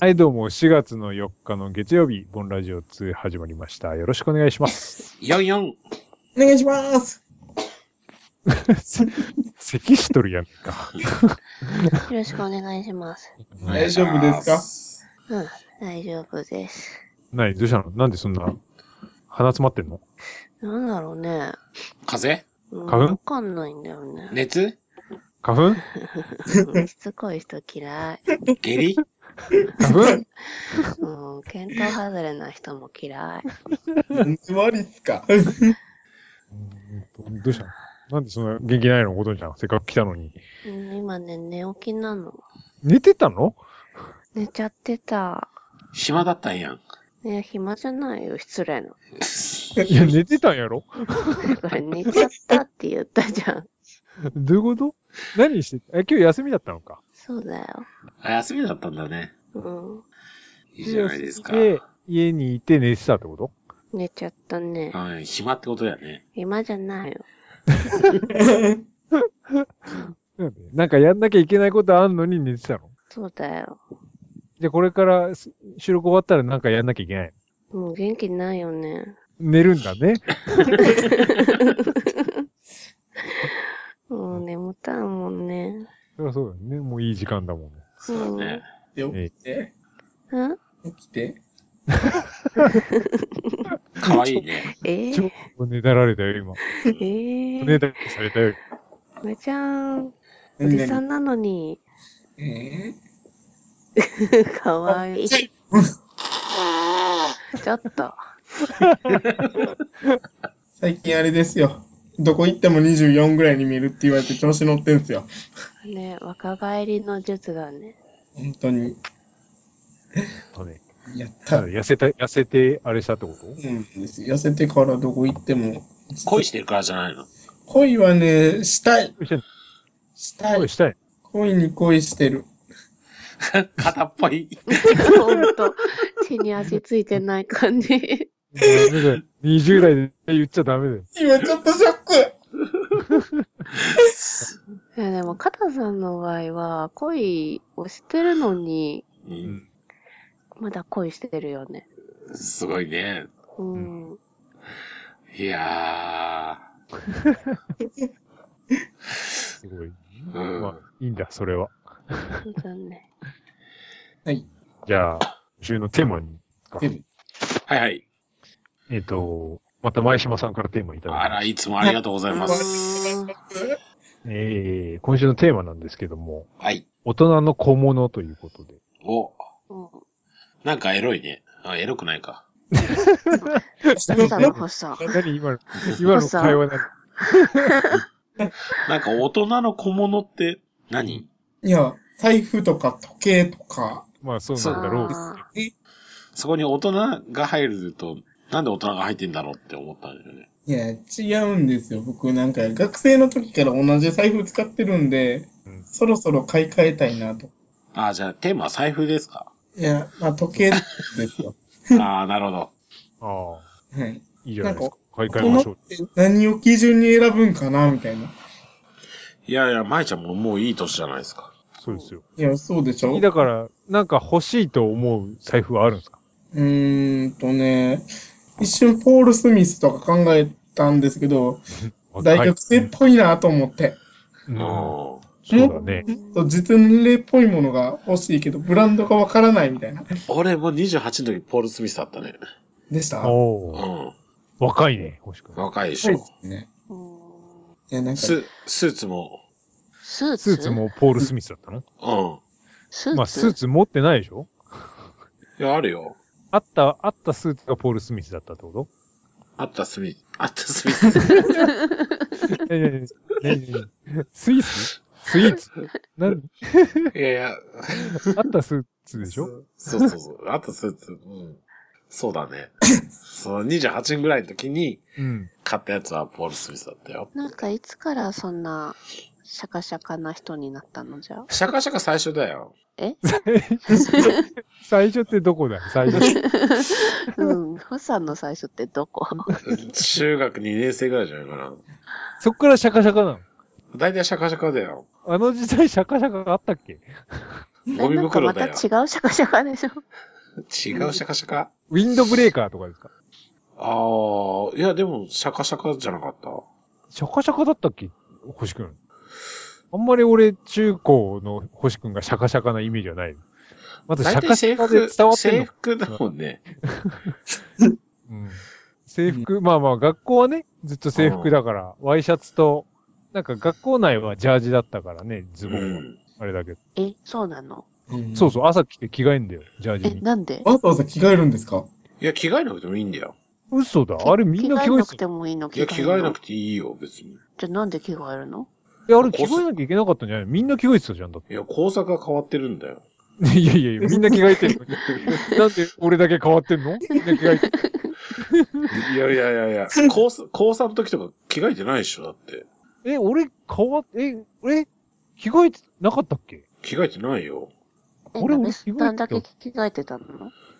はい、どうも、4月の4日の月曜日、ボンラジオ2始まりました。よろしくお願いし ます。ヨンヨン。お願いします。咳しとるやんか。よろしくお願いします。大丈夫ですうん、大丈夫です。ない、どうしたのなんでそんな、鼻詰まってんのなんだろうね。か風うん花粉わかんないんだよね。熱花粉うんしつこい人嫌い。下痢 花粉うん、検討外れな人も嫌い。何つまりっす か。うーんとどうしたのなんでそんな元気ないのことじゃんせっかく来たのに。うん今ね、寝起きなの。寝てたの寝ちゃってた。暇だったんやん。いや、暇じゃないよ、失礼な。い や、寝てたんやろだから寝ちゃったって言ったじゃん。どういうこと何して、え、今日休みだったのかそうだよ。あ、休みだったんだね。うん。いいじゃないですか。で、家にいて寝てたってこと寝ちゃったね。はい、暇ってことだよね。暇じゃないよ。なんでなんかやんなきゃいけないことあんのに寝てたのそうだよ。じゃあこれからす収録終わったらなんかやんなきゃいけないもう元気ないよね。の寝るんだね。もう眠たいもんね。そりゃそうだよね。もういい時間だもんね。そうだね。よ起きて、ん起きて。かわいいね。えちょー、ねだられたよ、今。えねー、だらされたよ。めちゃーん。お何じ々さんなの に、えかわいい。ちょっと。最近あれですよ。どこ行っても24ぐらいに見るって言われて調子乗ってんすよ。ね、若返りの術だ ね。本当に。そうね。やった。たうだん痩せた、痩せて、あれしたってことです。痩せてからどこ行っても。恋してるからじゃないの。恋はね、したい。恋してんしたのい。したい。恋に恋してる。片っぽい。ほんと、血に足ついてない感じ。ダメだよ。20代で言っちゃダメだよ。今ちょっと ショック。いやでも、カタさんの場合は、恋をしてるのに、うん。まだ恋してるよね。すごいね。うん。いやすごい。ー。うん。まあ、いいんだ、それは。そうだね。はい。じゃあ、今週のテーマに。テーはいはい。えっ、と、また前島さんからテーマいたあだら、いつもありがとうございます。いて、えー、今週のテーマなんですけども、はい。大人の小物ということで。お、うん。なんかエロいね。あ、エロくないか。どうしたの、星さん。何今の、今の会話だ。なんか大人の小物って何いや、財布とか時計とか、まあそうなんだろうけど。あーそこに大人が入ると、なんで大人が入ってんだろうって思ったんだよね。いや、違うんですよ。僕なんか学生の時から同じ財布使ってるんで、うんそろそろ買い替えたいなと。あ、じゃあテーマは財布です かいや、まあ時計ですよ。ああ、なるほど。ああ、 はい。いいじゃないですか。買い替大えまし人ょっう。て何を基準に選ぶんかなみたいな。いやいや、舞ちゃんももういい年じゃないですか。そうですよ。いや、そうでしょうだから、なんか欲しいと思う財布はあるんですかーんとね、一瞬ポール・スミスとか考えたんですけど、大学生っぽいなと思って。うんうん。そうだね。もっと実年齢っぽいものが欲しいけど、ブランドがわからないみたいな。俺も28の時ポール・スミスだったね。でしたはおうお、ん。若いね、欲しくない。若いでしいょ。ですね。うんいや、なんか、ス、スーツも、スーツスーツもポール・スミスだったのうスーツ,、まあ、スーツ持ってないでしょん。いや、あるよ。あった、あったスーツがポール・スミスだったってことあったスミス。あったスミス。 え、え、え、え、スイススイーツ何 いやいや、あったスーツでしょそうそうそう。あったスーツ。うん。そうだ ね。その28ぐらいの時にうん。買ったやつはポール・スミスだったよ。なんかいつからそんなシャカシャカな人になった のじゃあシャカシャカ最初だよ。最初ってどこだ最初。うん。ふさんの最初ってどこ中学2年生ぐらいじゃないかな。そっからシャカシャカなの大体シャカシャカだよ。あの時代シャカシャカあったっけゴミ袋まだた違よう。シャカシャカでしょ。違う、シャカシャカ。ウィンドブレーカーとかですかああ、いや、でも、シャカシャカじゃなかった。シャカシャカだったっけ星くん。あんまり俺、中高の星くんがシャカシャカなイメージはない。まずシ大ャカ体シ制ャカで服、伝わってんの制服だもんね。うん制服、まあまあ学校はね、ずっと制服だから、ワイシャツと、なんか学校内はジャージだったからね、ズうボンは。ん。あれだけど。え、そうなのそうそう、朝来て着替えんだよ、ジャージえ、に。なんでわざわざ着替えるんですかいや、着替えなくてもいいんだよ。嘘だ、あれみんな着替えなてくた。てもいいのいや、着替えなて。くていいよ、別に。じゃあなんで着替えるのいやあれ着替えなきゃいけなかったんじゃないみんな着替えてたじゃん、だっ いや、工作が変わってるんだよ。て。いやいやいや、みんな着替えて る。なんで俺だけ変わってんのみんな着替えてる。いやいやいやいや、工作、工作の時とか着替えてないでしょ、だって。え、俺変わっ、え、え、着替えてなかったっけ着替えてないよ。え、これな俺んでスタンだ着替えけて着替えてたの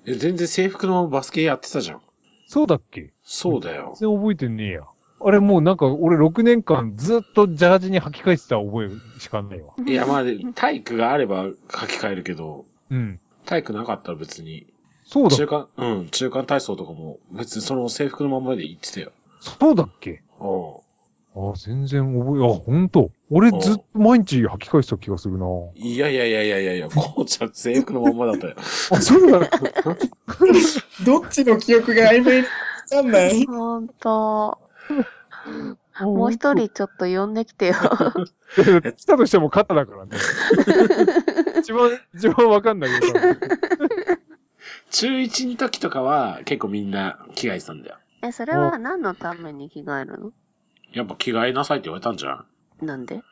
え、全然制服のバスケやってたじゃん。そうだっけそうだよ。全然覚えてねえや。あれもうなんか俺6年間ずっとジャージに履き替えてた覚えしかないわ。いや、まあ、体育があれば書き換えるけど、うん。体育なかったら別に。そうだ中、間、うん、中間体操とかも、別にその制服のままで行ってたよ。そうだっけうあ全然覚え、あ、ほんと。俺ずっと毎日履き替えてた気がするな。ん。いやいやいやいやいやいや、こうちゃん制服のまんまだったよ。あ、そうだっけどっちの記憶が曖昧わかんない。ほんと。 もう一。人ちょっと呼んできてよ。 来たとしても肩だからね。 一番、一番わかんないけど。 中1の時とかは、結構みんな着替えてたんだよ。え、それは何のために着替えるのやっぱ着替えなさいって言われたんじゃん。なんで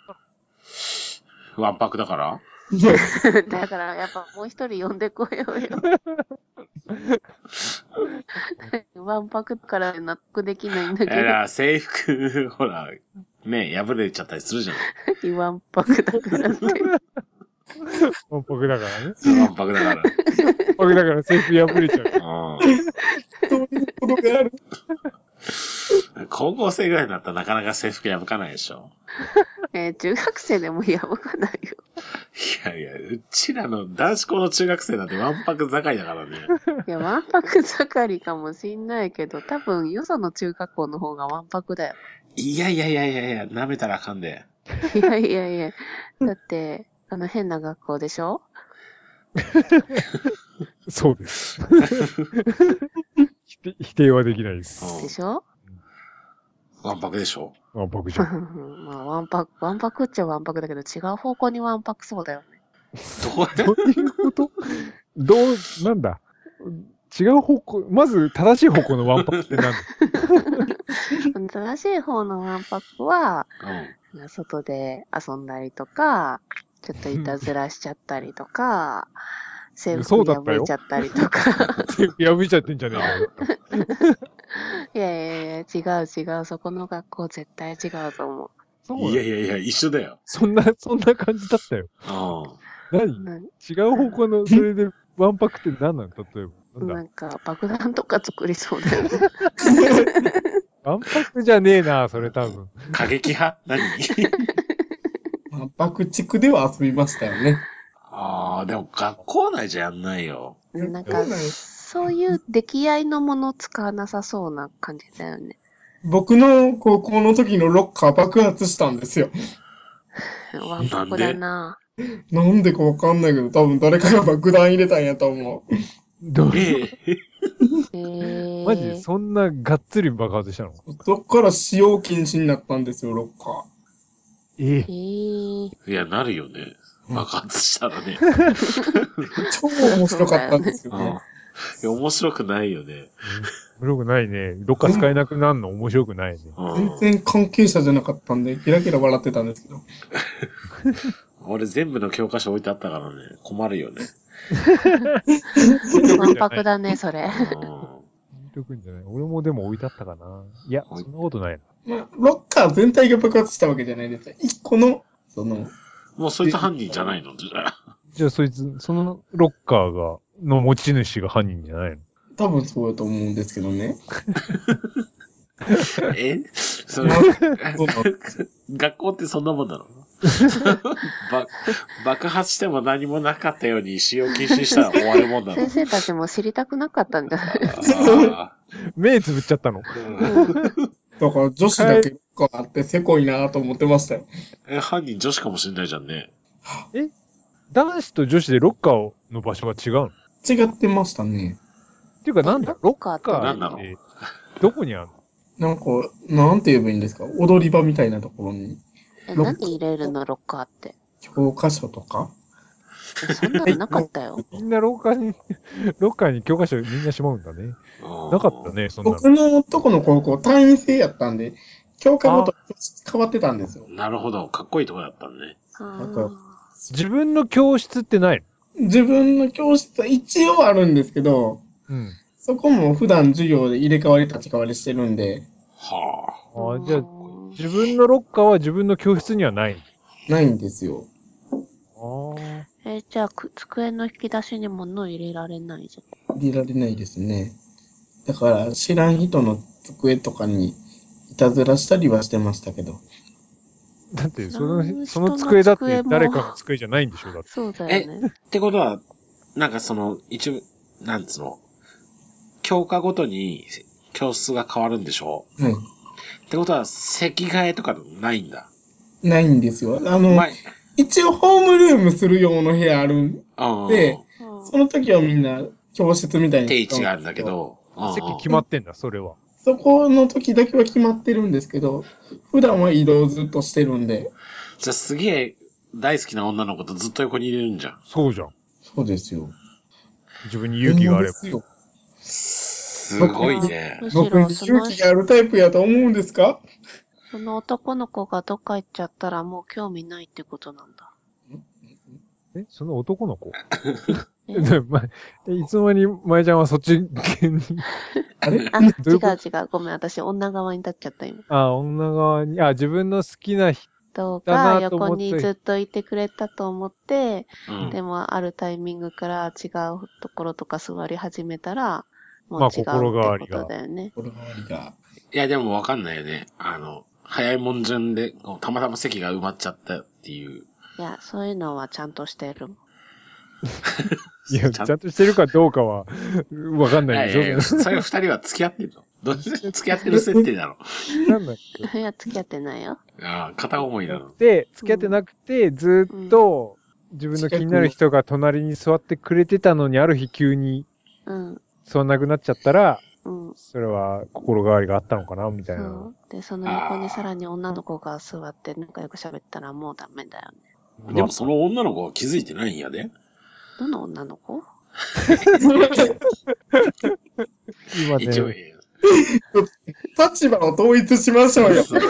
ワンパクだから。 だからやっぱもう一人呼んでこようよ。ワンパクから納得できないんだいや、だかけら制服、 ほら、ね、破れちゃったりするじゃど、ワンパクだからって。 僕だからね。ん。ワンパクだから。僕だから制服破れちゃう。うんどういうことがある高校生ぐらいになったらなかなか制服破かないでしょ。えー中学生でもやばかないよ。いやいや、うちらの男子校の中学生なんてワンパク盛りだからね。いや、わんぱく盛りかもしんないけど、多分、よその中学校の方がわんぱくだよ。いやいやいやいやいや、舐めたらあかんで。いやいやいや。だって、あの変な学校でしょそう です。否定否定はできないです。でしょ うん。ワンパクでしょまあ、僕じゃん。まあ、わんぱく、わんぱくっちゃわんぱくだけど、違う方向にわんぱくそうだよ。どうどういうことどう、なんだ違う方向、まず正しい方向のワンパクってなんだ正しい方のわんぱくは、うん。外で遊んだりとか、ちょっといたずらしちゃったりとか、制そう服だった破よいちゃったりとか。 手破いちゃってんじゃねえかよ。いやいやいや、違う違う。そこの学校絶対違うと思う。 そういやいやいや、一緒だよ。そんな、そんな感じだったよ。う何な違う方向の、それでワンパクって何なの例えば。ななだんんか爆弾とか作りそ うだよね。ワンパクじゃねえな、それ多分。ん。過激派何まあ爆竹では遊びましたよね。 ああ、でも学校内じゃやんないよ。なんか、そういう出来合いのもの使わなさそうな感じだよね。僕の高校の時のロッカー爆発したんですよ。わんぱくだな。なんでかわかんないけど、多分誰かが爆弾入れたんやと思う。どうええ。えマジー、そんながっつり爆発したのそっから使用禁止になったんですよ、ロッカえええ。ー、いや、なるよね。爆発したらね。ー。超面白かったんですうよん。ね。いや、面白くないよね。面白くないね。どっか使えなくなるの面白くないね。う全ん。然関係者じゃなかったんで、キラキラ笑ってたんですけど。俺全部の教科書置いてあったからね。困るよね。わんぱくだね、それ。うん。置いとくんじゃない俺もでも置いてあったかな。いや、そんなことないな。まあ、ロッカー全体が爆発したわけじゃないですよ。一個の、その、もうそいつ犯人じゃないのじゃあじゃあそいつ、そのロッカーが、の持ち主が犯人じゃないの多分そうだと思うんですけどね。えそまれ あ、そうなんです学校ってそんなもんなのば爆発しても何もなかったように使用禁止したら終わるもんだろ先。生たちも知りたくなかったんじゃないあ目つぶっちゃったの。ーうんだから女子だけ結構あってせこいなと思ってましたよ。え犯人女子かもしれないじゃんね。男子と女子でロッカーの場所が違うの違ってましたね。っていうかなんだロロッッカカーっーって何てなのどこにあるのなんか、なんて言えばいいんですか踊り場みたいなところに、え、なんで入れるの、ロッカーって。教科書とかえそんなのなかったよ。みんな廊下に、 ロッカーに教科書みんなしまうんだね。ななかった。ね、そんなの。僕のとこの高校、単位制やったんで、教科ごと変わってたんですよ。なるほど。かっこいいとこだったね。あなんかー自分の教室ってない自分の教室は一応あるんですけど、のうん。そこも普段授業で入れ替わり立ち替わりしてるんで、はあ。ああ、じゃあ、うん自分のロッカーは自分の教室にはない。ないんですよ。あえ、じゃあ、く机の引き出しに物入れられないじ入れられないですね。だから知らん人の机とかにいたずらしたりはしてましたけど。あ。だって、そその、のそ人のの机だって机も誰かの机じゃないんでしょう、だっゃん。て。そうだよね。ってことは、なんかその、一部、なんつうの、教科ごとに教室が変わるんでしょはい。ってことは、席替えとかないんだ。ないんですよ。あの、前、一応ホームルームする用の部屋あるん、うん。でうんその時はみんな教室みたいに。定位置があるんだけ。ど、うん席決まってんだ、それは。そこの時だけは決まってるんですけど、普段は移動ずっとしてるんで。じゃあすげえ大好きな女の子とずっと横にいれるんじゃん。そうじゃん。そうですよ。自分に勇気があれば。ば。すごいね。むし僕ろにその勇気があるタイプやと思うんですかその男の子がどっか行っちゃったらもう興味ないってことな んだ。え、その男の子え でまいつの間に舞ちゃんはそっち 系に。あれあ、違うどういうこ違う。ごめん、私女側に立っちゃった今。あ、女側に、あ、自分の好きな人。どうだかなと思って横にずっといてくれたと思って、うんでもあるタイミングから違うところとか座り始めたら、まもあう違うって心変わりこがとだよね。これが悪いが。いや、でもわかんないよね。あの、早いもん順で、こうたまたま席が埋まっちゃったっていう。いや、そういうのはちゃんとしてる。いや、ちちゃんゃんとしてるかどうかは、わかんいないやでいしょやいや、それ二人は付き合ってるの。どっち付き合ってる設定 なの。なんだっけいや、付き合ってないよ。ああ、片思いなの。で、付き合ってなくて、ずーっと、自分の気になる人が隣に座ってくれてたのに、ある日急にうん。座んなくなっちゃったら、うん。それは心変わりがあったのかな、みたいそな。う。で、その横にさらに女の子が座って仲良く喋ったらもうダメだよね。でもその女の子は気づいてないんやで。どの女の子 今一応ね、、立場を統一しましょうよ。そう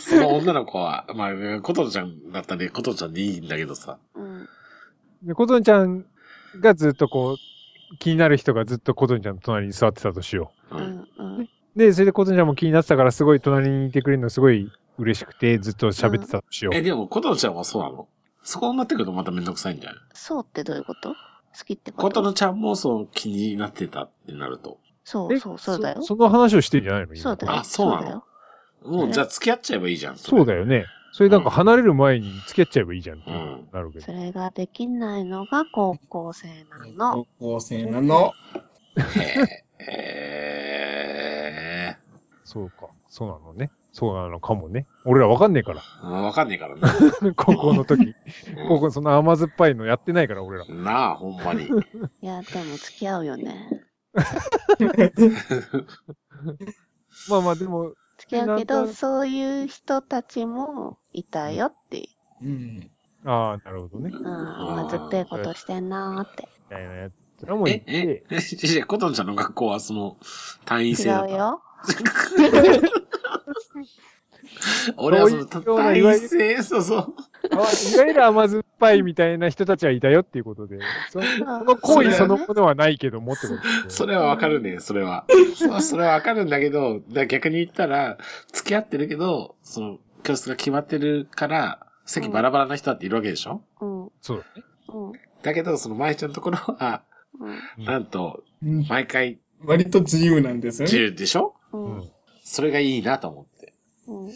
その女の子は、まあ、ことちゃんだったんで、ことちゃんでいいんだけどさ。うん。でことんちゃんがずっとこう、気になる人がずっとことんちゃんの隣に座ってたとしよう。うんん。うん。う。で、それでことんちゃんも気になってたから、すごい隣にいてくれるのすごい嬉しくて、ずっと喋ってたとしよう。え、でも、ことちゃんはそうなのそこになってくるとまためんどくさいんじゃないそうってどういうこと好きってここととのちゃんもそう気になってたってなると。そうえそう、そうだよ。その話をしてんじゃないの今そうだよ。あそうなのだよ。もう、ねじゃあ付き合っちゃえばいいじゃん。そうだよ。よね。それなんか離れる前に付き合っちゃえばいいじゃんってうんなるけどそ。れができないのが高校生なの。高校生なの。へえ。へそうか。そうなのね。そうなのかもね。俺らわかんねえから。 ーうんわかんねえからな。高校の時。うん高校そんな甘酸っぱいのやってないから、俺ら。なあ、ほんまに。 いや、でも付き合うよね。まあまあ、でも、付き合なうけんど、かそういう人たちもいたよって。うん。ああ、なるほどね。みうん。まずってえことしてんなーって。たいなやつらも言っえ、て、、ええ、じゃことんちゃんの学校はその、単位制だっ違うた。よ。俺はそその、ういう単位制、そうそう。あいわゆる甘酸っぱいみたいな人たちはいたよっていうことで、そのそその行為そそれのものはないけどもってことですそね。れはわかるね、それは。そうそれはわかるんだけど、だ逆に言ったら、付き合ってるけど、その、教室が決まってるから、席バラバラな人だっているわけでしょうん。うん。そうだね。だけど、その、舞ちゃんのところは、うん。うんなんと、うん毎回、割と自由なんですよね。 10でしょうん。それがいいなと思って。うん。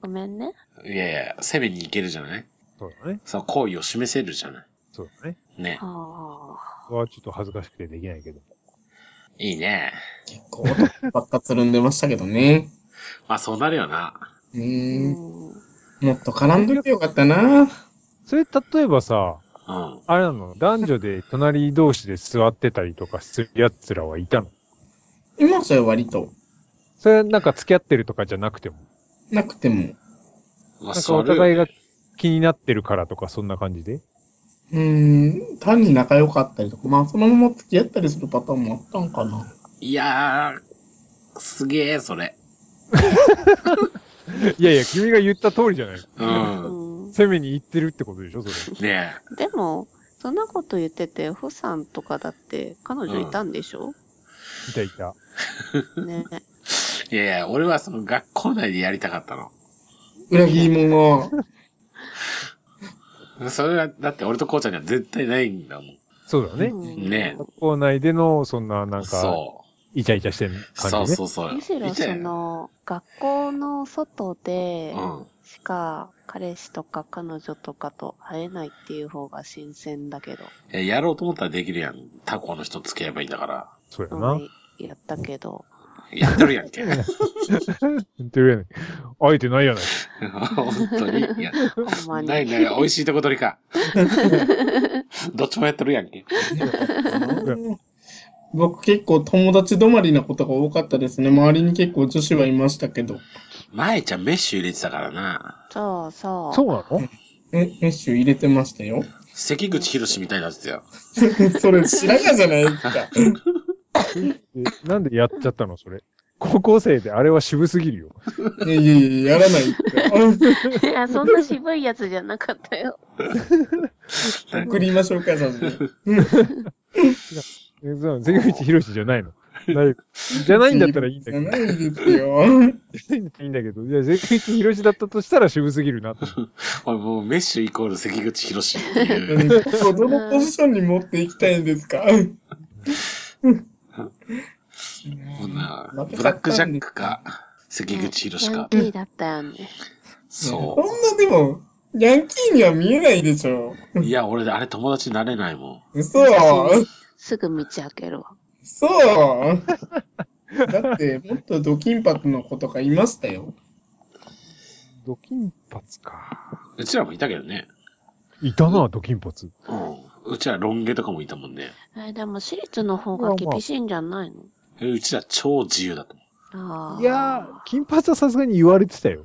ごめんね。いやいや、攻めに行けるじゃないそうだね。その好意を示せるじゃないそうだね。ね。はあ。ここはちょっと恥ずかしくてできないけど。いいね。結構男ばっかつるんでましたけどね。まあそうなるよな。ねうんえもっと絡んどいてよかったな。それ、例えばさ、うん。あれなの男女で隣同士で座ってたりとかする奴らはいたのいましたよ、割と。それなんか付き合ってるとかじゃなくても。なくても。まあなんかそおれ互いが気になってるからとかそんな感じでうーん、単に仲良かったりとか、まあそのまま付き合ったりするパターンもあったんかな。いやー、すげえ、それ。いやいや、君が言った通りじゃない。うん。うん攻めに行ってるってことでしょそれ。ねでも、そんなこと言ってて、フさんとかだって彼女いたんでしょ、いたいた。ね。え。いやいや、俺はその学校内でやりたかったの。裏切り者が。それは、だって俺とこうちゃんには絶対ないんだもん。そうだね。うんね学校内での、そんな、なんか、そイチャイチャしてるう。そ感うじね。そうそう。むしろ見てその、学校の外でうん。しか彼氏とか彼女とかと会えないっていう方が新鮮だけど、えやろうと思ったらできるやん。他校の人付き合えばいいんだから。そうやあんなま。りやったけど、やってるやんけ。という会えてないやない。 本当に。いや、ほんまないに。ない、美味しいとこ取り か。どっちもやってるやんけ。僕結構友達止まりなことが多かったですね。周りに結構女子はいましたけど。前ちゃんメッシュ入れてたからな。そうそう。そうな のえ、メッシュ入れてましたよ。 関口博士みたいになってたよ。それ知らないじゃないですか。えなんでやっちゃったのそれ。高校生であれは渋すぎるよ。いやいやいや、やらないって。いや、そんな渋いやつじゃなかったよ。送りましょうか、写真。えそう関口博士じゃないの。ないじゃないんだったらいいんだけじどゃ。ないですよ。じゃないんだったらいいんだけど。いや、関口博士だったとしたら渋すぎるなと。俺もうメッシュイコール関口博士っていう。どのポジションに持っていきたいんですかこんなブラックジャックか、関口博士ヤンかキ。ーだったよね。そそんなでも、ヤンキーには見えないでしょ。う。いや、俺、あれ友達になれないも嘘すぐ道開けるわ。嘘だって、もっとド金髪の子とかいましたよ。ドキンパツか。ん。うちらもいたけどね。いたな、ドキンパツ。うん。うちらロン毛とかもいたもんね。え、でも私立の方が厳しいんじゃないのえうちら超自由だと思ああ。いやー、金髪はさすがに言われてたよ。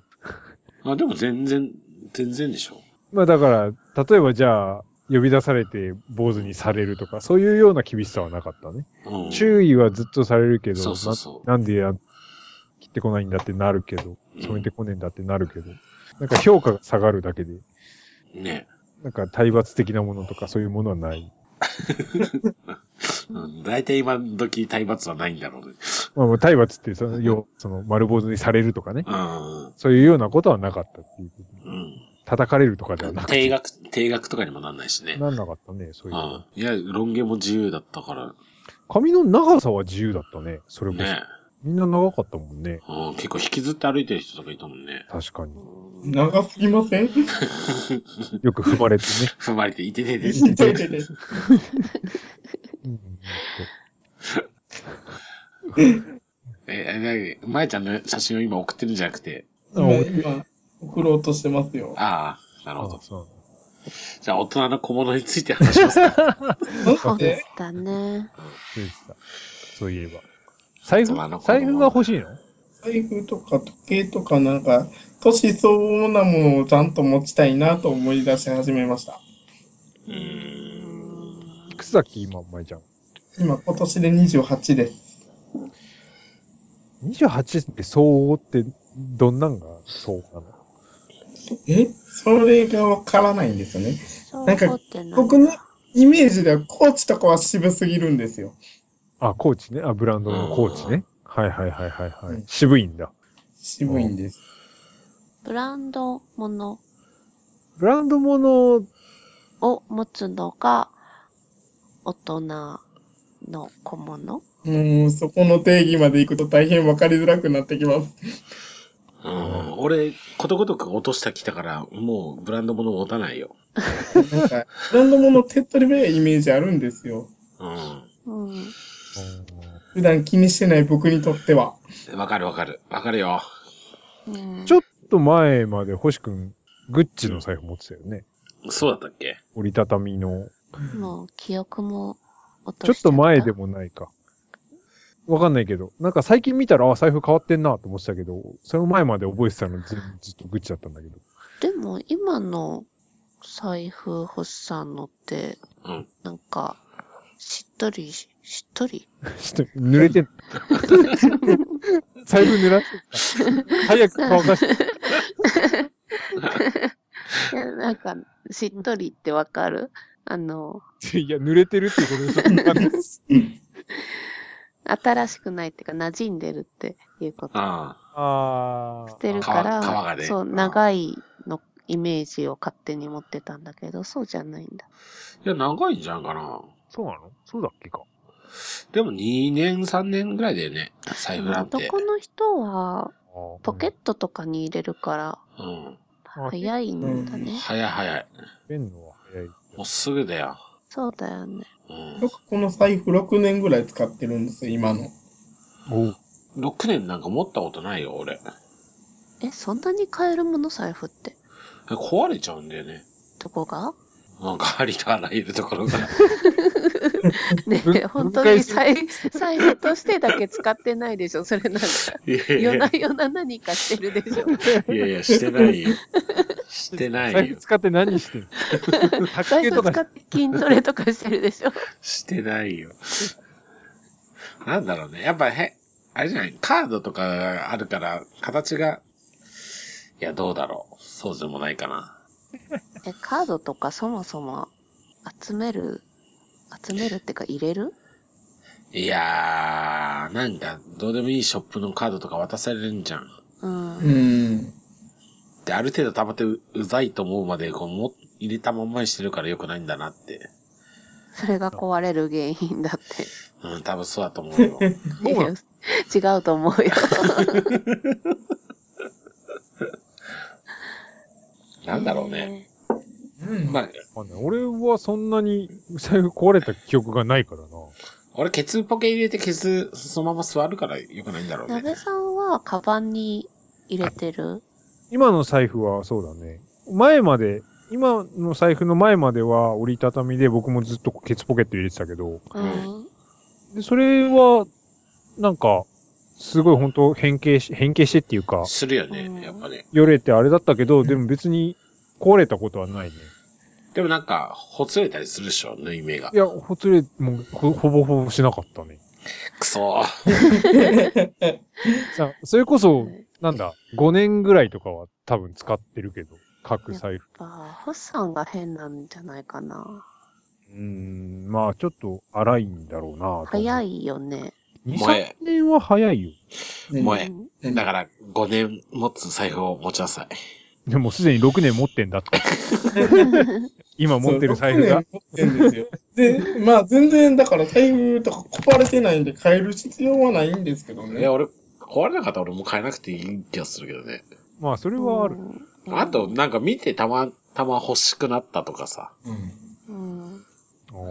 う。あ、でも全然、全然でしょ。まあだから、例えばじゃあ、呼び出されて坊主にされるとか、そういうような厳しさはなかったね。うん。注意はずっとされるけど、そうそうそうななんでや、切ってこないんだってなるけど、染めてこねえんだってなるけど、なんか評価が下がるだけで、ねなんか体罰的なものとかそういうものはない。うん。大体今時体罰はないんだろうね。まあまあ体罰ってその、要、その丸坊主にされるとかね、うん。そういうようなことはなかったっていうこと。うん。叩かれるとかではなく定て、額、定額とかにもなんないしね。なんなかったね、そういううのん。。いや、ロン毛も自由だったから、髪の長さは自由だったね、それこそ。ね。みんな長かったもんね。うん。結構引きずって歩いてる人とかいたもんね。確かに。長すぎませんよく踏まれてね。 踏まれて、いてて ててちょいちょいちょいえ、え、なに、まえちゃんの写真を今送ってるんじゃなくて、今、今、送ろうとしてますよ。ああ、なるほあど。そうじゃあ、大人の小物について話します か。そだうっでて、したね。そうでした。そういえば。財布大人の、子供は財布が欲しいの財布とか時計とかなんか、年相応なものをちゃんと持ちたいなと思い出し始めました。うーん。草崎今、まいちゃん。今、今年で28です。 28って相応って、どんなんが相応なのえそれがわからないんですよね。そうなんか思ってない。僕のイメージではコーチとかは渋すぎるんですよ。あ、コーチね。あ、ブランドのコーチね。はいはいはいはいはういん。渋いんだ。渋いんです。ブランドものブランドもの、を持つのが大人の小物もうそこの定義まで行くと大変分かりづらくなってきます。うん、俺、ことごとく落としたきたから、もうブランド物持たないよ。なんか、ブランド物手っ取り早いイメージあるんですよ。うん。うん。普段気にしてない僕にとっては。わかるわかる。わかるよ。うんちょっと前まで星くん、グッチの財布持ってたよね。そうだったっけ折りたたみの。もう記憶も落ちょとっしゃたと前で。もないか。わかんないけど、なんか最近見たら、あ、財布変わってんなと思ってたけど、その前まで覚えてたの全部ずっとグッチだったんだけど。でも今の財布欲しさんのって、うん。なんか、しっとりし、しっとり ちょっと濡れて ん。財布濡らしてた。早く乾かして。いやなんか、しっとりってわかるあの、いや、濡れてるっていうことでしょ分かんない 新しくないっていうか、馴染んでるっていうこと。ああしてるか皮皮がら、ねそう、うん長いのイメージを勝手に持ってたんだけど、そうじゃないんだ。あ。いや、長いんじゃんかな。そうなのそうだっけか。でも2年、3年ぐらいだよね。財布なんて。男の人は、ポケットトとかに入れるから、うん。早いんだね。早い早い。入れんのは早い。もうすぐだよ。そうだよね。うん。僕この財布6年ぐらい使ってるんですよ、今の。お6年なんか持ったことないよ、俺。え、そんなに買えるもの財布って。壊れちゃうんだよね。どこがなんかありとあらゆるところが。ね分え本当分に解する財財布としてだけ使ってないでしょそれなんか、いやいや夜いな夜な何かしてるでしょや、いやいや、してないよ。してない財 よ布。使って何して るの卓財球布と使かって筋トレとかしてるでしょしてないよ。なんだろうね。やっぱへ、あれじゃないカードとかがあるから、形が。いや、どうだろう。そうでもないかな。え、カードとかそもそも集める、集めるってか入れるいやー、なんか、どうでもいいショップのカードとか渡されるんじゃん。うん。うん。で、ある程度溜まってううざいと思うまで、こう、も、入れたまんまにしてるから良くないんだなって。それが壊れる原因だって。うん、多分そうだと思うよ。うなのい や違うと思うよ。なんだろうね。うんまあ、わかんない俺はそんなに財布壊れた記憶がないからな。俺、ケツポケ入れて、ケツ、そのまま座るから良くないんだろうなべね。さんはカバンに入れてる今の財布はそうだね。前まで、今の財布の前までは折りたたみで僕もずっとケツポケット入れてたけど、うん。でそれは、なんか、すごい本当変形し、変形してっていうか、するようんね、やっぱね。よれてあれだったけど、でも別に壊れたことはないね。でもなんか、ほつれたりするでしょ、縫い目がい。や、ほつれ、もうほほぼほぼしなかったね。くそー。さそれこうそん。、やっなんだ、5年ぐらいとかは多分使ってるけど、各財布。ぱ、ホッさんが変なんじゃないかな。うーん、まあちょっと荒いんだろうな早い。いよね。 2、萌え3年は早いよ。もううえんえだから、5年持つ財布を持ちなさい。でもすでに6年持ってんだって。今持ってる財布が。そう。6年持ってんですよ。で、まあ全然、だから財布とか壊れてないんで買える必要はないんですけどいねや、。俺、壊れなかったら俺もう買えなくていい気がするけどね。まあそれはある。うんあと、なんか見てたま、たま欲しくなったとかさ、うん。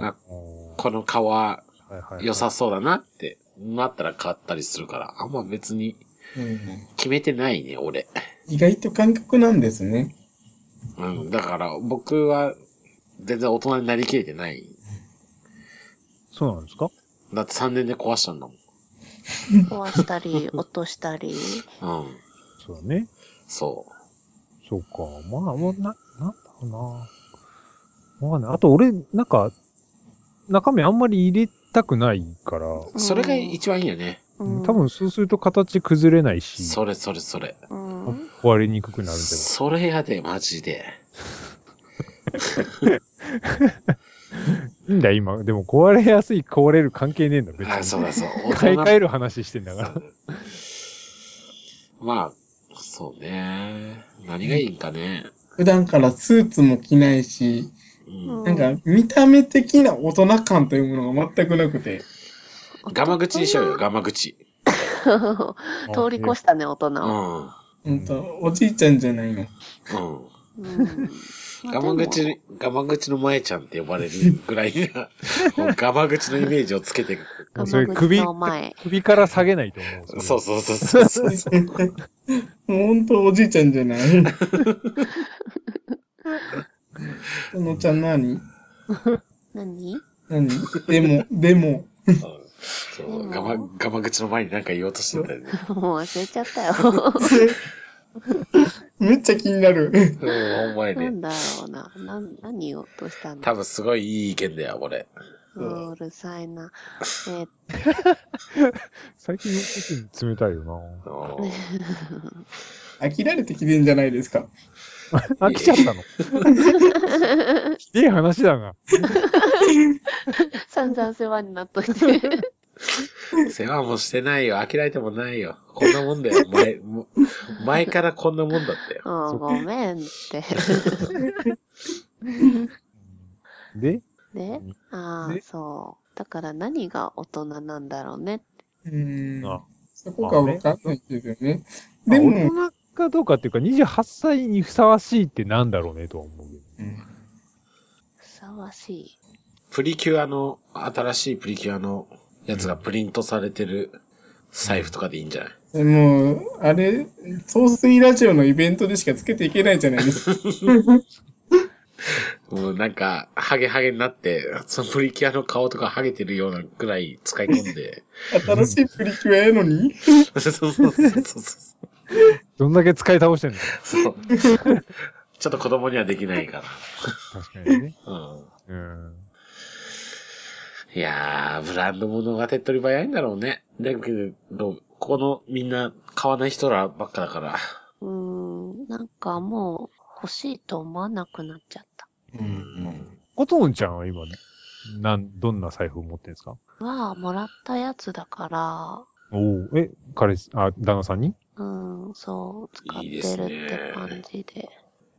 あおーこの革はいはいはい良さそうだなってなったら買ったりするから、あんま別にうん決めてないね、俺。意外と感覚なんですね。うん、だから僕は全然大人になりきれてない。そうなんですかだって3年で壊したんだも壊し たり、落としたん。り。うん、そうだね。そそうか。まあ、もうな、なんだろうな。わかんない。あと俺、なんか、中身あんまり入れたくないから、う。それが一番いいよね。うん多分そうすると形崩れないし、それそれそれ。うん。壊れにくくなるんじゃないそれやで、マジで。いいんだよ、今。でも壊れやすい、壊れる関係ねえんだ、別あ、そに。うだ そう。買い替ええる話してんだから。まあ、そうね。何がいいんかね。普段からスーツも着ないし、うん。なんか見た目的な大人感というものが全くなくて。ガマ口にしようよ、ガマ口。 通り越したね、大人うを。ん。ほんと、おじいちゃんじゃない の。うん。うん。まあガマでも口、ガマ口の前ちゃんって呼ばれるぐらいな、 もうガマ口のイメージをつけてくる。もうそれガマ口首の前、首から下げないと思う。そうそうそうそうそうそう。もうほんとおじいちゃんじゃ ない。そのちゃん何何 何でも、でも、そうガマ、ガマ口の前に何か言おうとしてたよね。もう忘れち ゃったよ。めっちゃ気になる。うん、ほんまやなね。んだろうな。な、何を落としたんだ多分すごいいい意見だよ、これ。うんうるさいな。えー最近、特に冷たいよな。うん飽きられてきてんじゃないで すか。 飽きちゃったの。ひでえ話だが。散々世話になっと いて。世話もしてないよ、飽きられてもないよ。こんなもんだよ、前、も前からこんなもんだったよ。うん、ごめん って。で、で、ああ、でそう。だから何が大人なんだろうね。うーん。あそこがわかんないですよね。まあでも、大人かどうかっていうか、28歳にふさわしいってなんだろうねとは思うけど。うんふさわしい。プリキュアの、新しいプリキュアのやつがプリントされてる財布とかでいいんじゃないでも、あれ、総水ラジオのイベントでしかつけていけないじゃないですか。もうなんか、ハゲハゲになって、そのプリキュアの顔とかハゲてるようなくらい使い込ん で。新しいプリキュアやのに。そうそうそうそうそう。どんだけ使い倒してんの そうちょっと子供にはできないか確かにね。ら。うん。うん。いやー、ブランド物が手っ取り早いんだろうね。だけど、ここのみんな買わない人らばっかだから。うーん、なんかもう欲しいと思わなくなっちゃった。うん。コトーンちゃんは今、なん、どんな財布を持ってるんですかは、もらったやつだかおおえ、彼氏、あ、旦那さんにら、うん、そう、使っいいでてするねって感じで。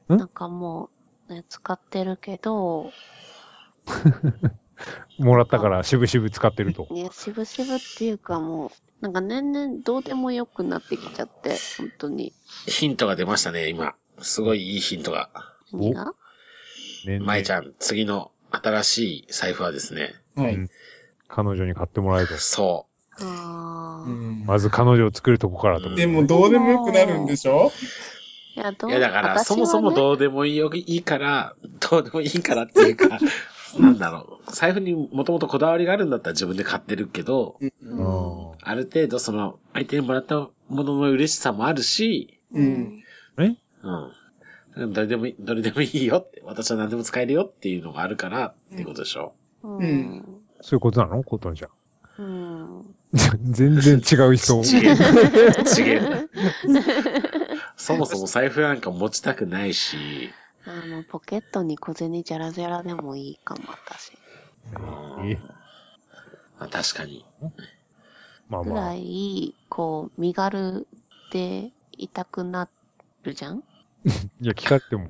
んなんかもう、ね、使ってるけど、もらったから、しぶしぶ使って ると。いや、しぶしぶっていうかもう、なんか年々どうでもよくなってきちゃって、本当に。ヒントが出ましたね、今。すごいいいヒントが。何がねまいちゃん、次の新しい財布はですね、はい。うん彼女に買ってもらえと。そあうあ。んまず彼女を作るとこからと。うんでも、どうでもよくなるんでしょいや、どう。ういや、だから、そもそもう、どうでもいいよ、いいから、どうでもいいからっていう か、なんだろう。財布にもともとこだわりがあるんだったら自分で買ってるけど、ううんんある程度その、相手にもらったものの嬉しさもあるし、う。うんんうん。どれでもいい、どれでもいいよって、私は何でも使えるよっていうのがあるから、っていうことでしょ。うんそういうことなのコトンちゃん。うん 全然違う人。ちげえ。ちげえ。そもそも財布なんか持ちたくないし、あの、ポケットに小銭じゃらじゃらでもいいかも、私。えまあ確かに。まあぐまらあ。い、こう、身軽でいたくなるじゃんいや、聞かれ ても。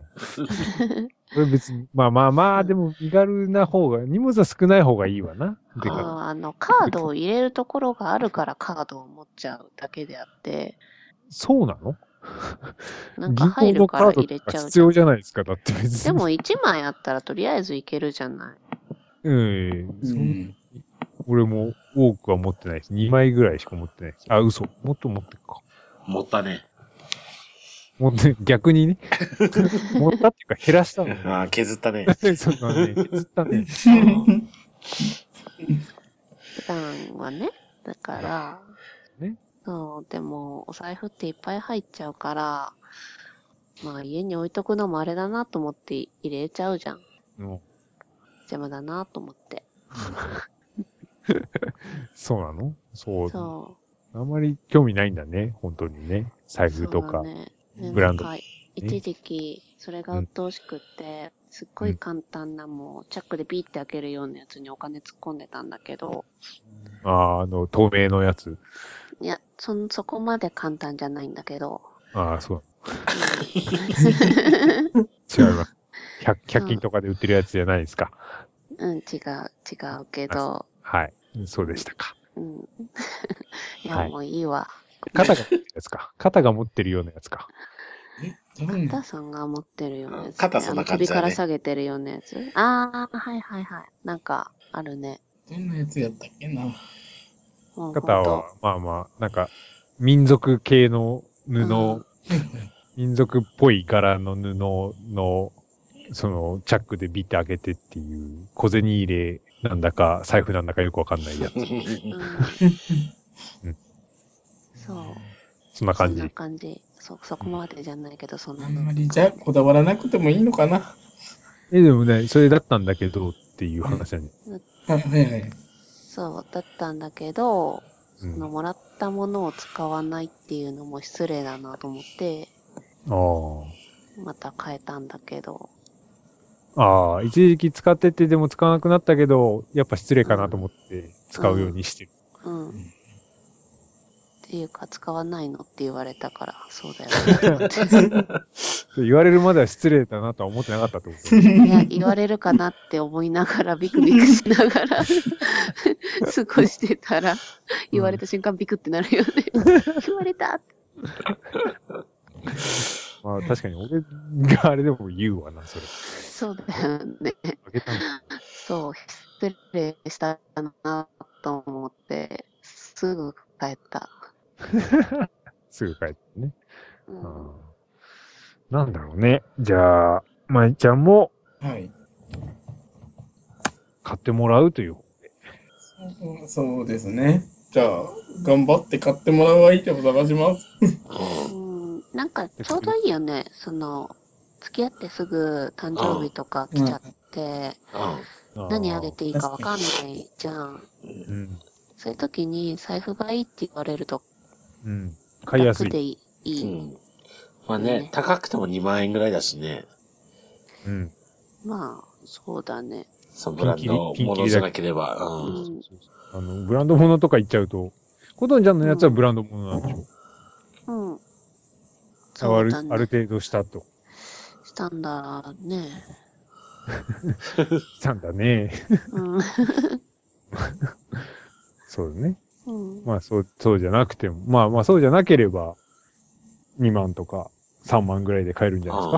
これ別に、まあまあまあ、でも身軽な方が、荷物は少ない方がいいわな。てうんか、あの、カードを入れるところがあるからカードを持っちゃうだけであって、そうなのなんか入るから入れちゃう必じゃん。要じゃないですか。だって別に。でも1枚あったらとりあえずいけるじゃない。 うん、うそんん。俺も多くは持ってないし、2枚ぐらいしか持ってないし。あ、嘘。もっと持ってるか。持ったね。持って、逆に ね。持ったっていうか減らしたの。ああ、削ったね。 そうだね。削ったね。普段はね。だから、ねそう、でも、お財布っていっぱい入っちゃうから、まあ家に置いとくのもあれだなと思って入れちゃうじゃん。も邪魔だなと思って。うそうなのそう。そあまり興味ないんだね。本当にね。財う。布とか。そうだねねブランドなんか一時期、それが鬱陶しくって、すっごい簡単なもう、チャックでビーって開けるようなやつにお金突っ込んでたんだけど、ああ、あの、透明のやつ。いや、そん、そこまで簡単じゃないんだけど、ああ、そう。うん違い ます。100, 100均とかで売ってるやつじゃないですか。うん、違う、違うけど、はい。そうでしたか。 うん。いや、はいもういいわ。肩が持ってるやつか。肩が持ってるようなやつか。なんだ肩さんが持ってるようなやつ、ね。肩そんな感じだねあの首から下げてるようなやつ。ああ、はいはいはい。なんか、あるね。どんなやつやったっけな。もう肩ほんとは、まあまあ、なんか、民族系の布、うん民族っぽい柄の布の、その、チャックでビッて開けてっていう、小銭入れなんだか、財布なんだかよくわかんないやつ。うんうんそう。そんな感そんじな。感じ。そ、そこまでじゃないけど、そんなあんまりじゃあこだわらなくてもいいのかな。え、でもね、それだったんだけどっていう話だね。はいはいはい。そう、だったんだけど、うそん、のあもらったものを使わないっていうのも失礼だなと思って、あ。また変えたんだけど、ああ、一時期使っててでも使わなくなったけど、やっぱ失礼かなと思って使うように してる。うん。っていうか、使わないのって言われたから、そうだよねと思っそう言われるまでは失礼だなとは思ってなかったってことて。いや、言われるかなって思いながら、ビクビクしながら、過ごしてたら、言われた瞬間ビクってなるよね。言われたまあ確かに俺があれでも言うわな、それ。そうだよね。あげたのそう、失礼したなと思って、すぐ帰った。すぐ帰ってね。ううんんなんだろうね。じゃあ、まいちゃんも はい。買ってもらうという。そうそうですね。じゃあ、頑張って買ってもらう相手を探します。うんなんかちょうどいいよね、その、付き合ってすぐ誕生日とか来ちゃって、何あげていいかわかんないじゃん。うん。そういう時に財布がいいって言われるとうん。買いやす楽い。でいい。ういいん。まあね、高くても2万円ぐらいだしね。うん。まあ、そうだね。そのブランドを戻さなければ。ううん。ん。あの、ブランド物とか言っちゃうと、コトンちゃんのやつはブランド物なんでしょ、うん。あそうるだあるね。程度したと。したんだね。したんだね。 うん。そうだね。うんまあ、そう、そうじゃなくても、まあまあ、そうじゃなければ、2万とか3万ぐらいで買えるんじゃないです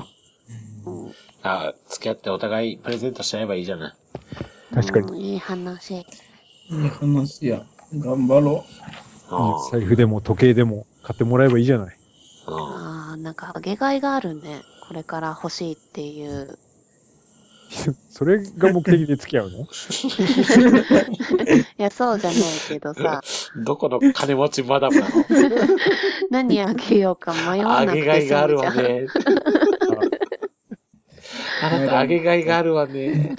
か。うんあ、付き合ってお互いプレゼントしちゃえばいいじゃない。確かにうんいい話。いい話や。頑張うろ財布でも時計でも買ってもらえばいいじゃない。 ん。うん。ああ、なんか、あげがいがあるね。これから欲しいっていう。それが目的で付き合うのいや、そうじゃないけどさ、どこの金持ちマダムなの何あげようか迷わあなくて済むげじがいがあゃん。るわ ね。あなた、あげがいがあるわね。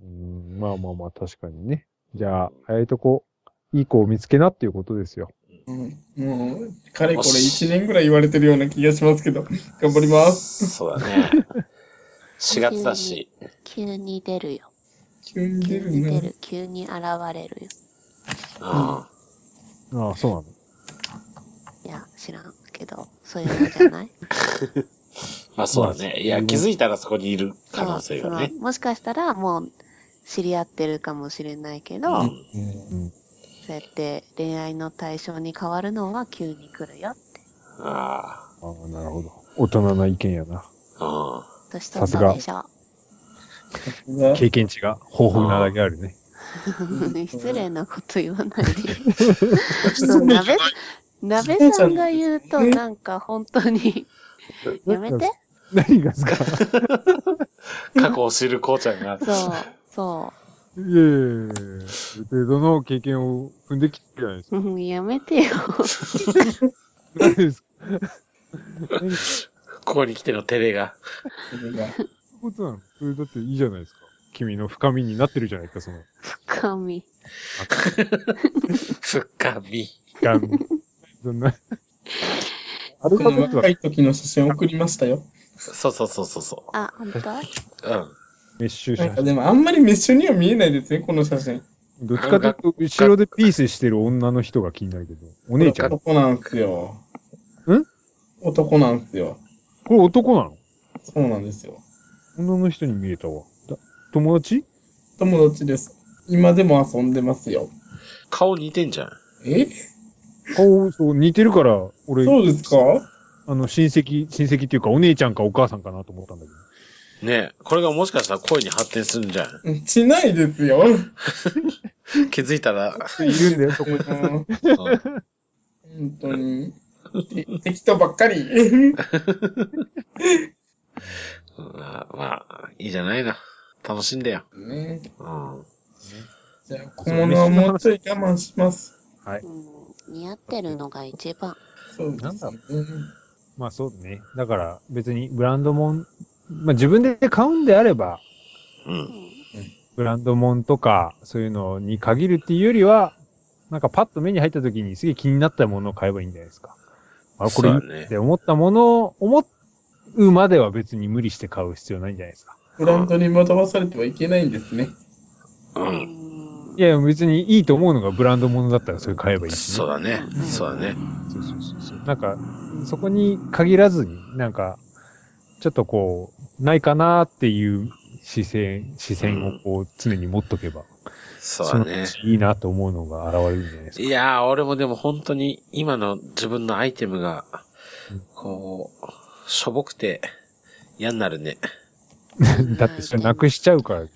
うん、まあまあまあ、確かにね。じゃあ、早いとこ、いい子を見つけなっていうことですよ。う。うん、もう、かれこれ1年ぐらい言われてるような気がしますけど、頑張ります。そうだね。4月だし。急に出るよ。急に出急るに出な。る。急に現れるよ。うん。ああ、そうなの。いや、知らんけど、そういうのじゃない まあそうだね。いや、気づいたらそこにいる可能性そうがねそ。のもしかしたらもう知り合ってるかもしれないけど、うそんうやって恋愛の対象に変わるのは急に来るよ。あああ、なるほど。大人な意見やな。あ。年取ったでしょ。 うわ経験値が豊富なだけあるね。失礼なこと言わないで。そう、鍋、鍋さんが言うとなんか本当に、やめて。何がです かうん。過去を知るこうちゃんが。そう、そいえいえいえ、ある程度の経験を踏んできてるじゃないですか。ううん。やめてよ。何 ですかここに来ての照れが。これがそういうことなのそれだっていいじゃないですか。君の深みになってるじゃないですか、その。深み。深み。ガ ン。そんな。アル僕ファベのットは若い時の写真送りましたよ。そうそうそうそうそあ、本当う。うん。メッシュなんか写でもあんまりメッシュには見えないですね、この写真。真。どっちかというと、後ろでピースしてる女の人が気になるけど。お姉ちゃん。こ男なんすよ。ん男なんすよ。れ男なのそうなんですよ。女の人に見えたわ。だ友達友達です。今でも遊んでますよ。顔似てんじゃん。え顔、そう、似てるから、俺、そうですかあの、親戚、親戚っていうか、お姉ちゃんかお母さんかなと思ったんだけど。ねえ、これがもしかしたら恋に発展するんじゃん。しないですよ。気づいたら、いるんだよ、そこうんに。本うん当に。適当ばっかり。まあ、まあ、いいじゃないな。楽しんでよ。ねうん。じゃあ、小物はもうちょい我慢します。うん、似合ってるのが一番。そうですねなんだろ まあそうだね。だから、別にブランドもん、まあ自分で買うんであれば、う。うんんブランドもんとか、そういうのに限るっていうよりは、なんかパッと目に入った時にすげえ気になったものを買えばいいんじゃないですか。あ、これいそういだねって思ったものを、思うまでは別に無理して買う必要ないんじゃないですか。ブランドに惑わされてはいけないんですね。うん。いや、別にいいと思うのがブランドものだったらそれ買えばいいし、ね。そうだね。そうだね。そうそうそうそう。なんか、そこに限らずに、なんか、ちょっとこう、ないかなっていう視線、視線をこう、常に持っとけば、そうだね。そのうちいいなと思うのが現れるんじゃないですか。いやー、俺もでも本当に今の自分のアイテムがうん、こう、しょぼくて嫌になるね。 だってそれなくしちゃうから。い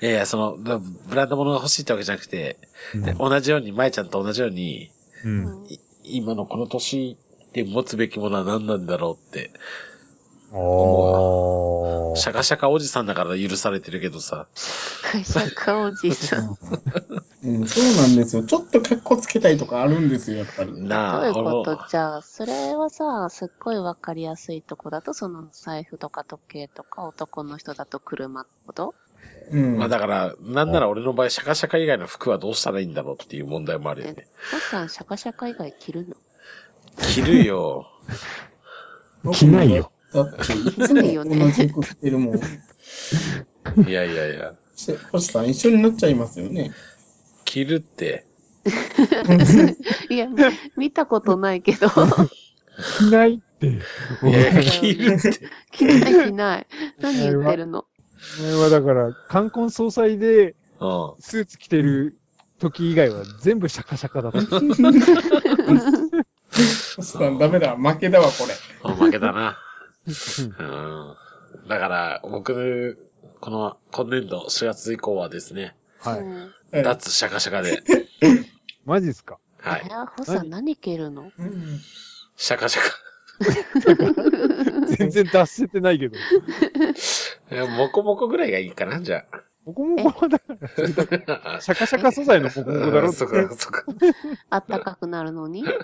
やいや、その、ブブランド物が欲しいってわけじゃなくて、うんで同じように、舞ちゃんと同じように、うん。い今のこの年で持つべきものは何なんだろうって、おシー。ャカシャカおじさんだから許されてるけどさ。会社かおじさん。うん、そうなんですよ。ちょっと格好つけたいとかあるんですよ、やっぱり。どなういあ、う俺ことも、じゃあ、それはさ、すっごいわかりやすいとこだと、その財布とか時計とか、男の人だと車ってことうん。まあだから、なんなら俺の場合、シャカシャカ以外の服はどうしたらいいんだろうっていう問題もあるよね。おっさん、シャカシャカ以外着るの着るよ。着ないよ。だって、いつも同じ服着てる もん。いやいやいや。し星さん、一緒になっちゃいますよね。着るって。いや、み見たことないけど、着ないって。おいやい前や着るって。着ない着ない。何言ってるのお前はだから、冠婚葬祭で うん。スーツ着てる時以外は全部シャカシャカだった。星さん、ダメだ。負けだわ、これ。おまけだな。うん。だから、僕、この、今年度4月以降はですね、はうい。んはい脱シャカシャカで、マジっすかはえい。ー、ほっさん何着るのうんシャカシャ全然脱せてないけど。カ。いやモコモコぐらいがいいかな、じゃ僕もまだから、あ。シャカシャカ素材の僕だろ うっんてそっかそっか。あったかくなるのにある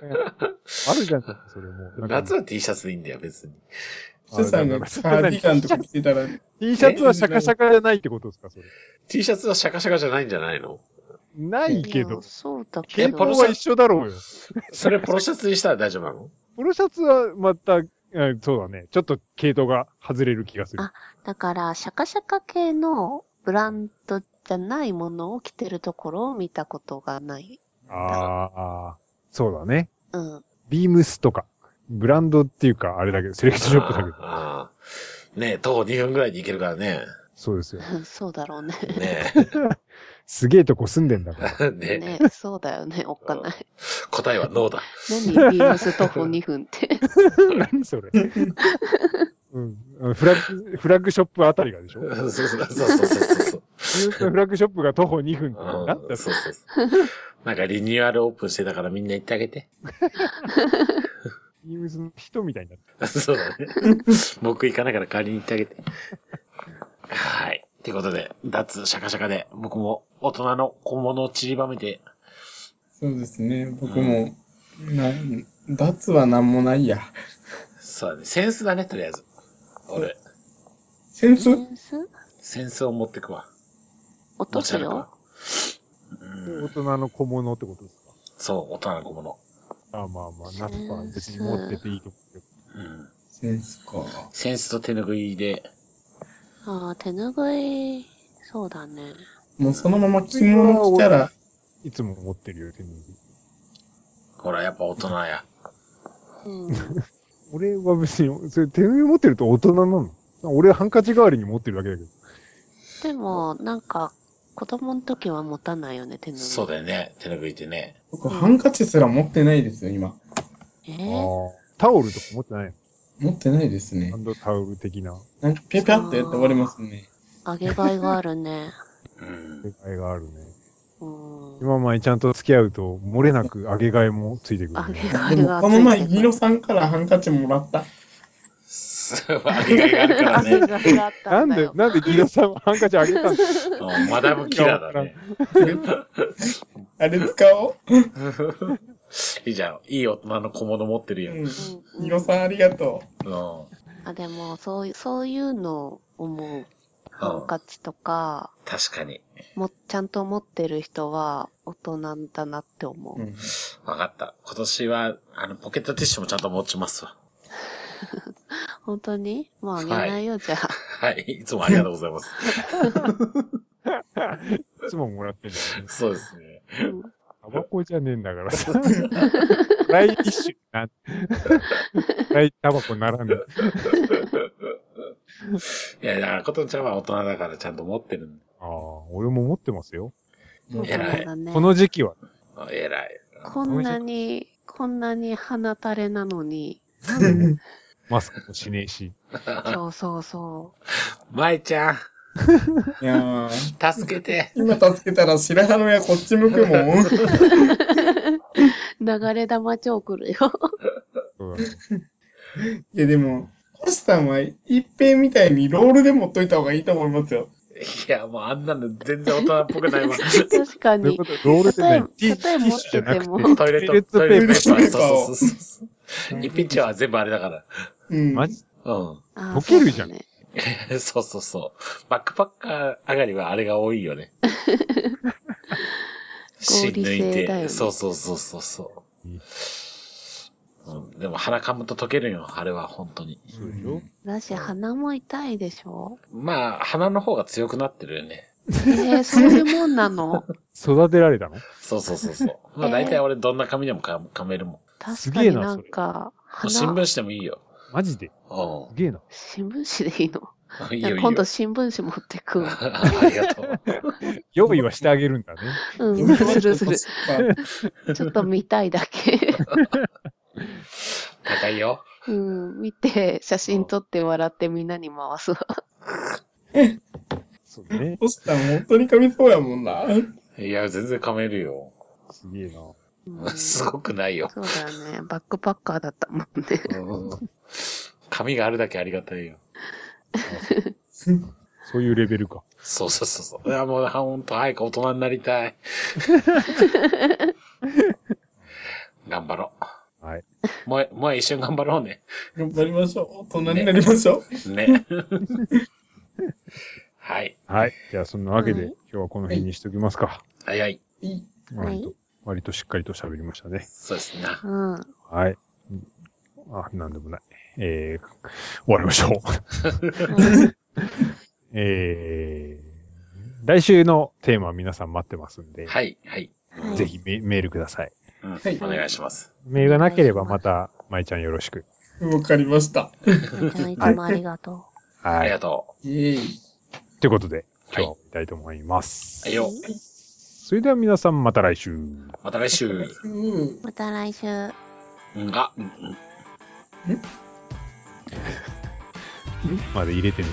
じゃん、それも。なん夏かは T シャツでいいんだよ、別に。星さんがカーディガンとか着てたら、 T シャツはシャカシャカじゃないってことですか、それ。 T シャツはシャカシャカじゃないんじゃないのないけいやど。そうだけ着えポロ物どシは一ャ。緒だろうよ。 それポロシャツにしたら大丈夫なのポロシャツはまた、えそうだね。ちょっと系統が外れる気がする。あだから、シャカシャカ系のブランドじゃないものを着てるところを見たことがない。ああ、そうだね。うん。 ビームスとか。ブランドっていうか、あれだけど、セレクトショップだけど。ああ。ねえ、徒歩2分ぐらいで行けるからね。そうですよ。そうだろうね。ねすげえとこ住んでんだから。 え。ねえね、そうだよね、おっかない。答えはノー だ。何ビームス徒歩2分って。 何それ。うん。あのフラッグ、フラッグショップあたりがでし ょそうそうそうそうそう。ずーっとフラッグショップが徒歩2分ってなんだうんそうそうそう。なんかリニューアルオープンしてたからみんな行ってあげて。ビームスの人みたいになってる。そうだね。僕行かないから代わりに行ってあげて。はい。ってことで、脱シャカシャカで、僕も大人の小物を散りばめて、そうですね。僕も、な、脱はなんもないや。そうだね。センスだね、とりあえず。俺、センスビームスセンスを持ってくわ。落持とちす歩くわよ。。大人の小物ってことですかそう、大人の小物。あまあまあ、なんとか別に持ってていいと思うけど。うん。センスか。センスと手拭いで、ああ、手拭い、そうだね。もうそのまま着物着たら、いつも持ってるよ、手に。ほら、やっぱ大人や。 うん。俺は別に、それ手縫い持ってると大人なの俺はハンカチ代わりに持ってるだけだけど。でも、なんか、子供の時は持たないよね、手拭い。そうだよね、手拭いってね。僕、ハンカチすら持ってないですよ、今。あえー、ータオルとか持ってないの持ってないですねハ。ンドタオル的ななんか、ぴゃぴゃってやって終わりますね。あげがいがあるね。うん。世界があるね。うん。今までちゃんと付き合うと、漏れなく上げ替えもついて くる、あげね。がでいも、がこの前、ついギてくるノさんからハンカチもらった。そう、 あげがいがあるからあね。げがいがあったなんんだで、よ。なんでギロさんはハンカチあげたんですうんマダムキラーだね。あれ使おう。いいじゃん。いい大人の小物持ってるやん。うん。うんギノさん、ありがとうん。あ、でも、そういう、そういうのを思う。ハンカチとか、確かに。も、ちゃんと持ってる人は大人だなって思う。うう。んわかった。今年は、あの、ポケットティッシュもちゃんと持ちますわ。本当にもうあげないよ、じゃあ。はい。いつもありがとうございます。かいつももらってるんだよね。そうですね。 うんタバコじゃねえん だからさ。ライティッシュな。ライタバコならぬ。いや、だから、ことんちゃんは大人だからちゃんと持ってるんああ、俺も持ってますよ。そうだね。この時期は。だ。えらい。こんなに、こんなに鼻垂れなのに。マスクもしねえし。そうそうそまいちゃん、いやー、助けて。今助けたら白羽の矢こっち向くも ん。う。流れ玉超来 るよ。そうだねいや、でも、星さんは一平みたいにロールで持っといた方がいいと思いますよ。いや、もうあんなの全然大人っぽくない わ。確かというにこ。とで、ロールでない。ティ答えティッシュじゃなくて、持っててもトイレット、トトイイレレッットトペペーーパパー。ーそうそうそう。一品茶は全部あれだから。うん。マジうん。あー溶けるじゃんそうだね そうそうそう。バックパッカー上がりはあれが多いよね。 合理性だよねそうそうそうそうそう、うん。でも鼻かむと溶けるよ、あれは本当に。そうでしょだし、鼻も痛いでしょまあ、鼻の方が強くなってるよね。えー、そういうもんなの育てられたのそうそうそうそう。 まあえー大体俺どんな髪でもか噛めるもん。も 確すかげえにななんか、う新鼻、聞紙でもいいよ。マジでうすげえな。新聞紙でいいのん。いいよいいよ。今度新聞紙持ってくわ。 ありがとう。用意はしてあげるんだね。うん、するする。る。ちょっと見たいだけ。 高いよ。うん、見て、写真撮って笑ってみんなに回すわ。そうね。星さん本当に噛みそうやもんな。いや、全然噛めるよ。 すげえな。うんすごくないよ。そうだよね。バックパッカーだったもんね。うん髪があるだけありがたいよ。そういうレベルか。そうそうそうそう。いや、もう、ほんと、早く大人になりたい。 頑張ろはい。う。もう、もう一瞬頑張ろうね。頑張りましょう。大人になりましょう。ね。 はい。はい。じゃあ、そんなわけで、はい今日はこの辺にしときますか。早い。いいはい割と、割としっかりと喋りましたね。そうですね。 うん。ははい。あ、なんでもない。えー、終わりましょう。 えー、来週のテーマは皆さん待ってますんで、はい、はい。いぜ。ひメメールください。うん、はいお願いします。メールがなければまた、まいちゃんよろしく。わかりました。いつもありがとあはりいが。とイェイ。ということで、今日は終わりたいと思います。う。はいよ。それでは皆さんまた来週。また来週。うんう。また来週。うん、あ、うん、うん。まだ入れてる。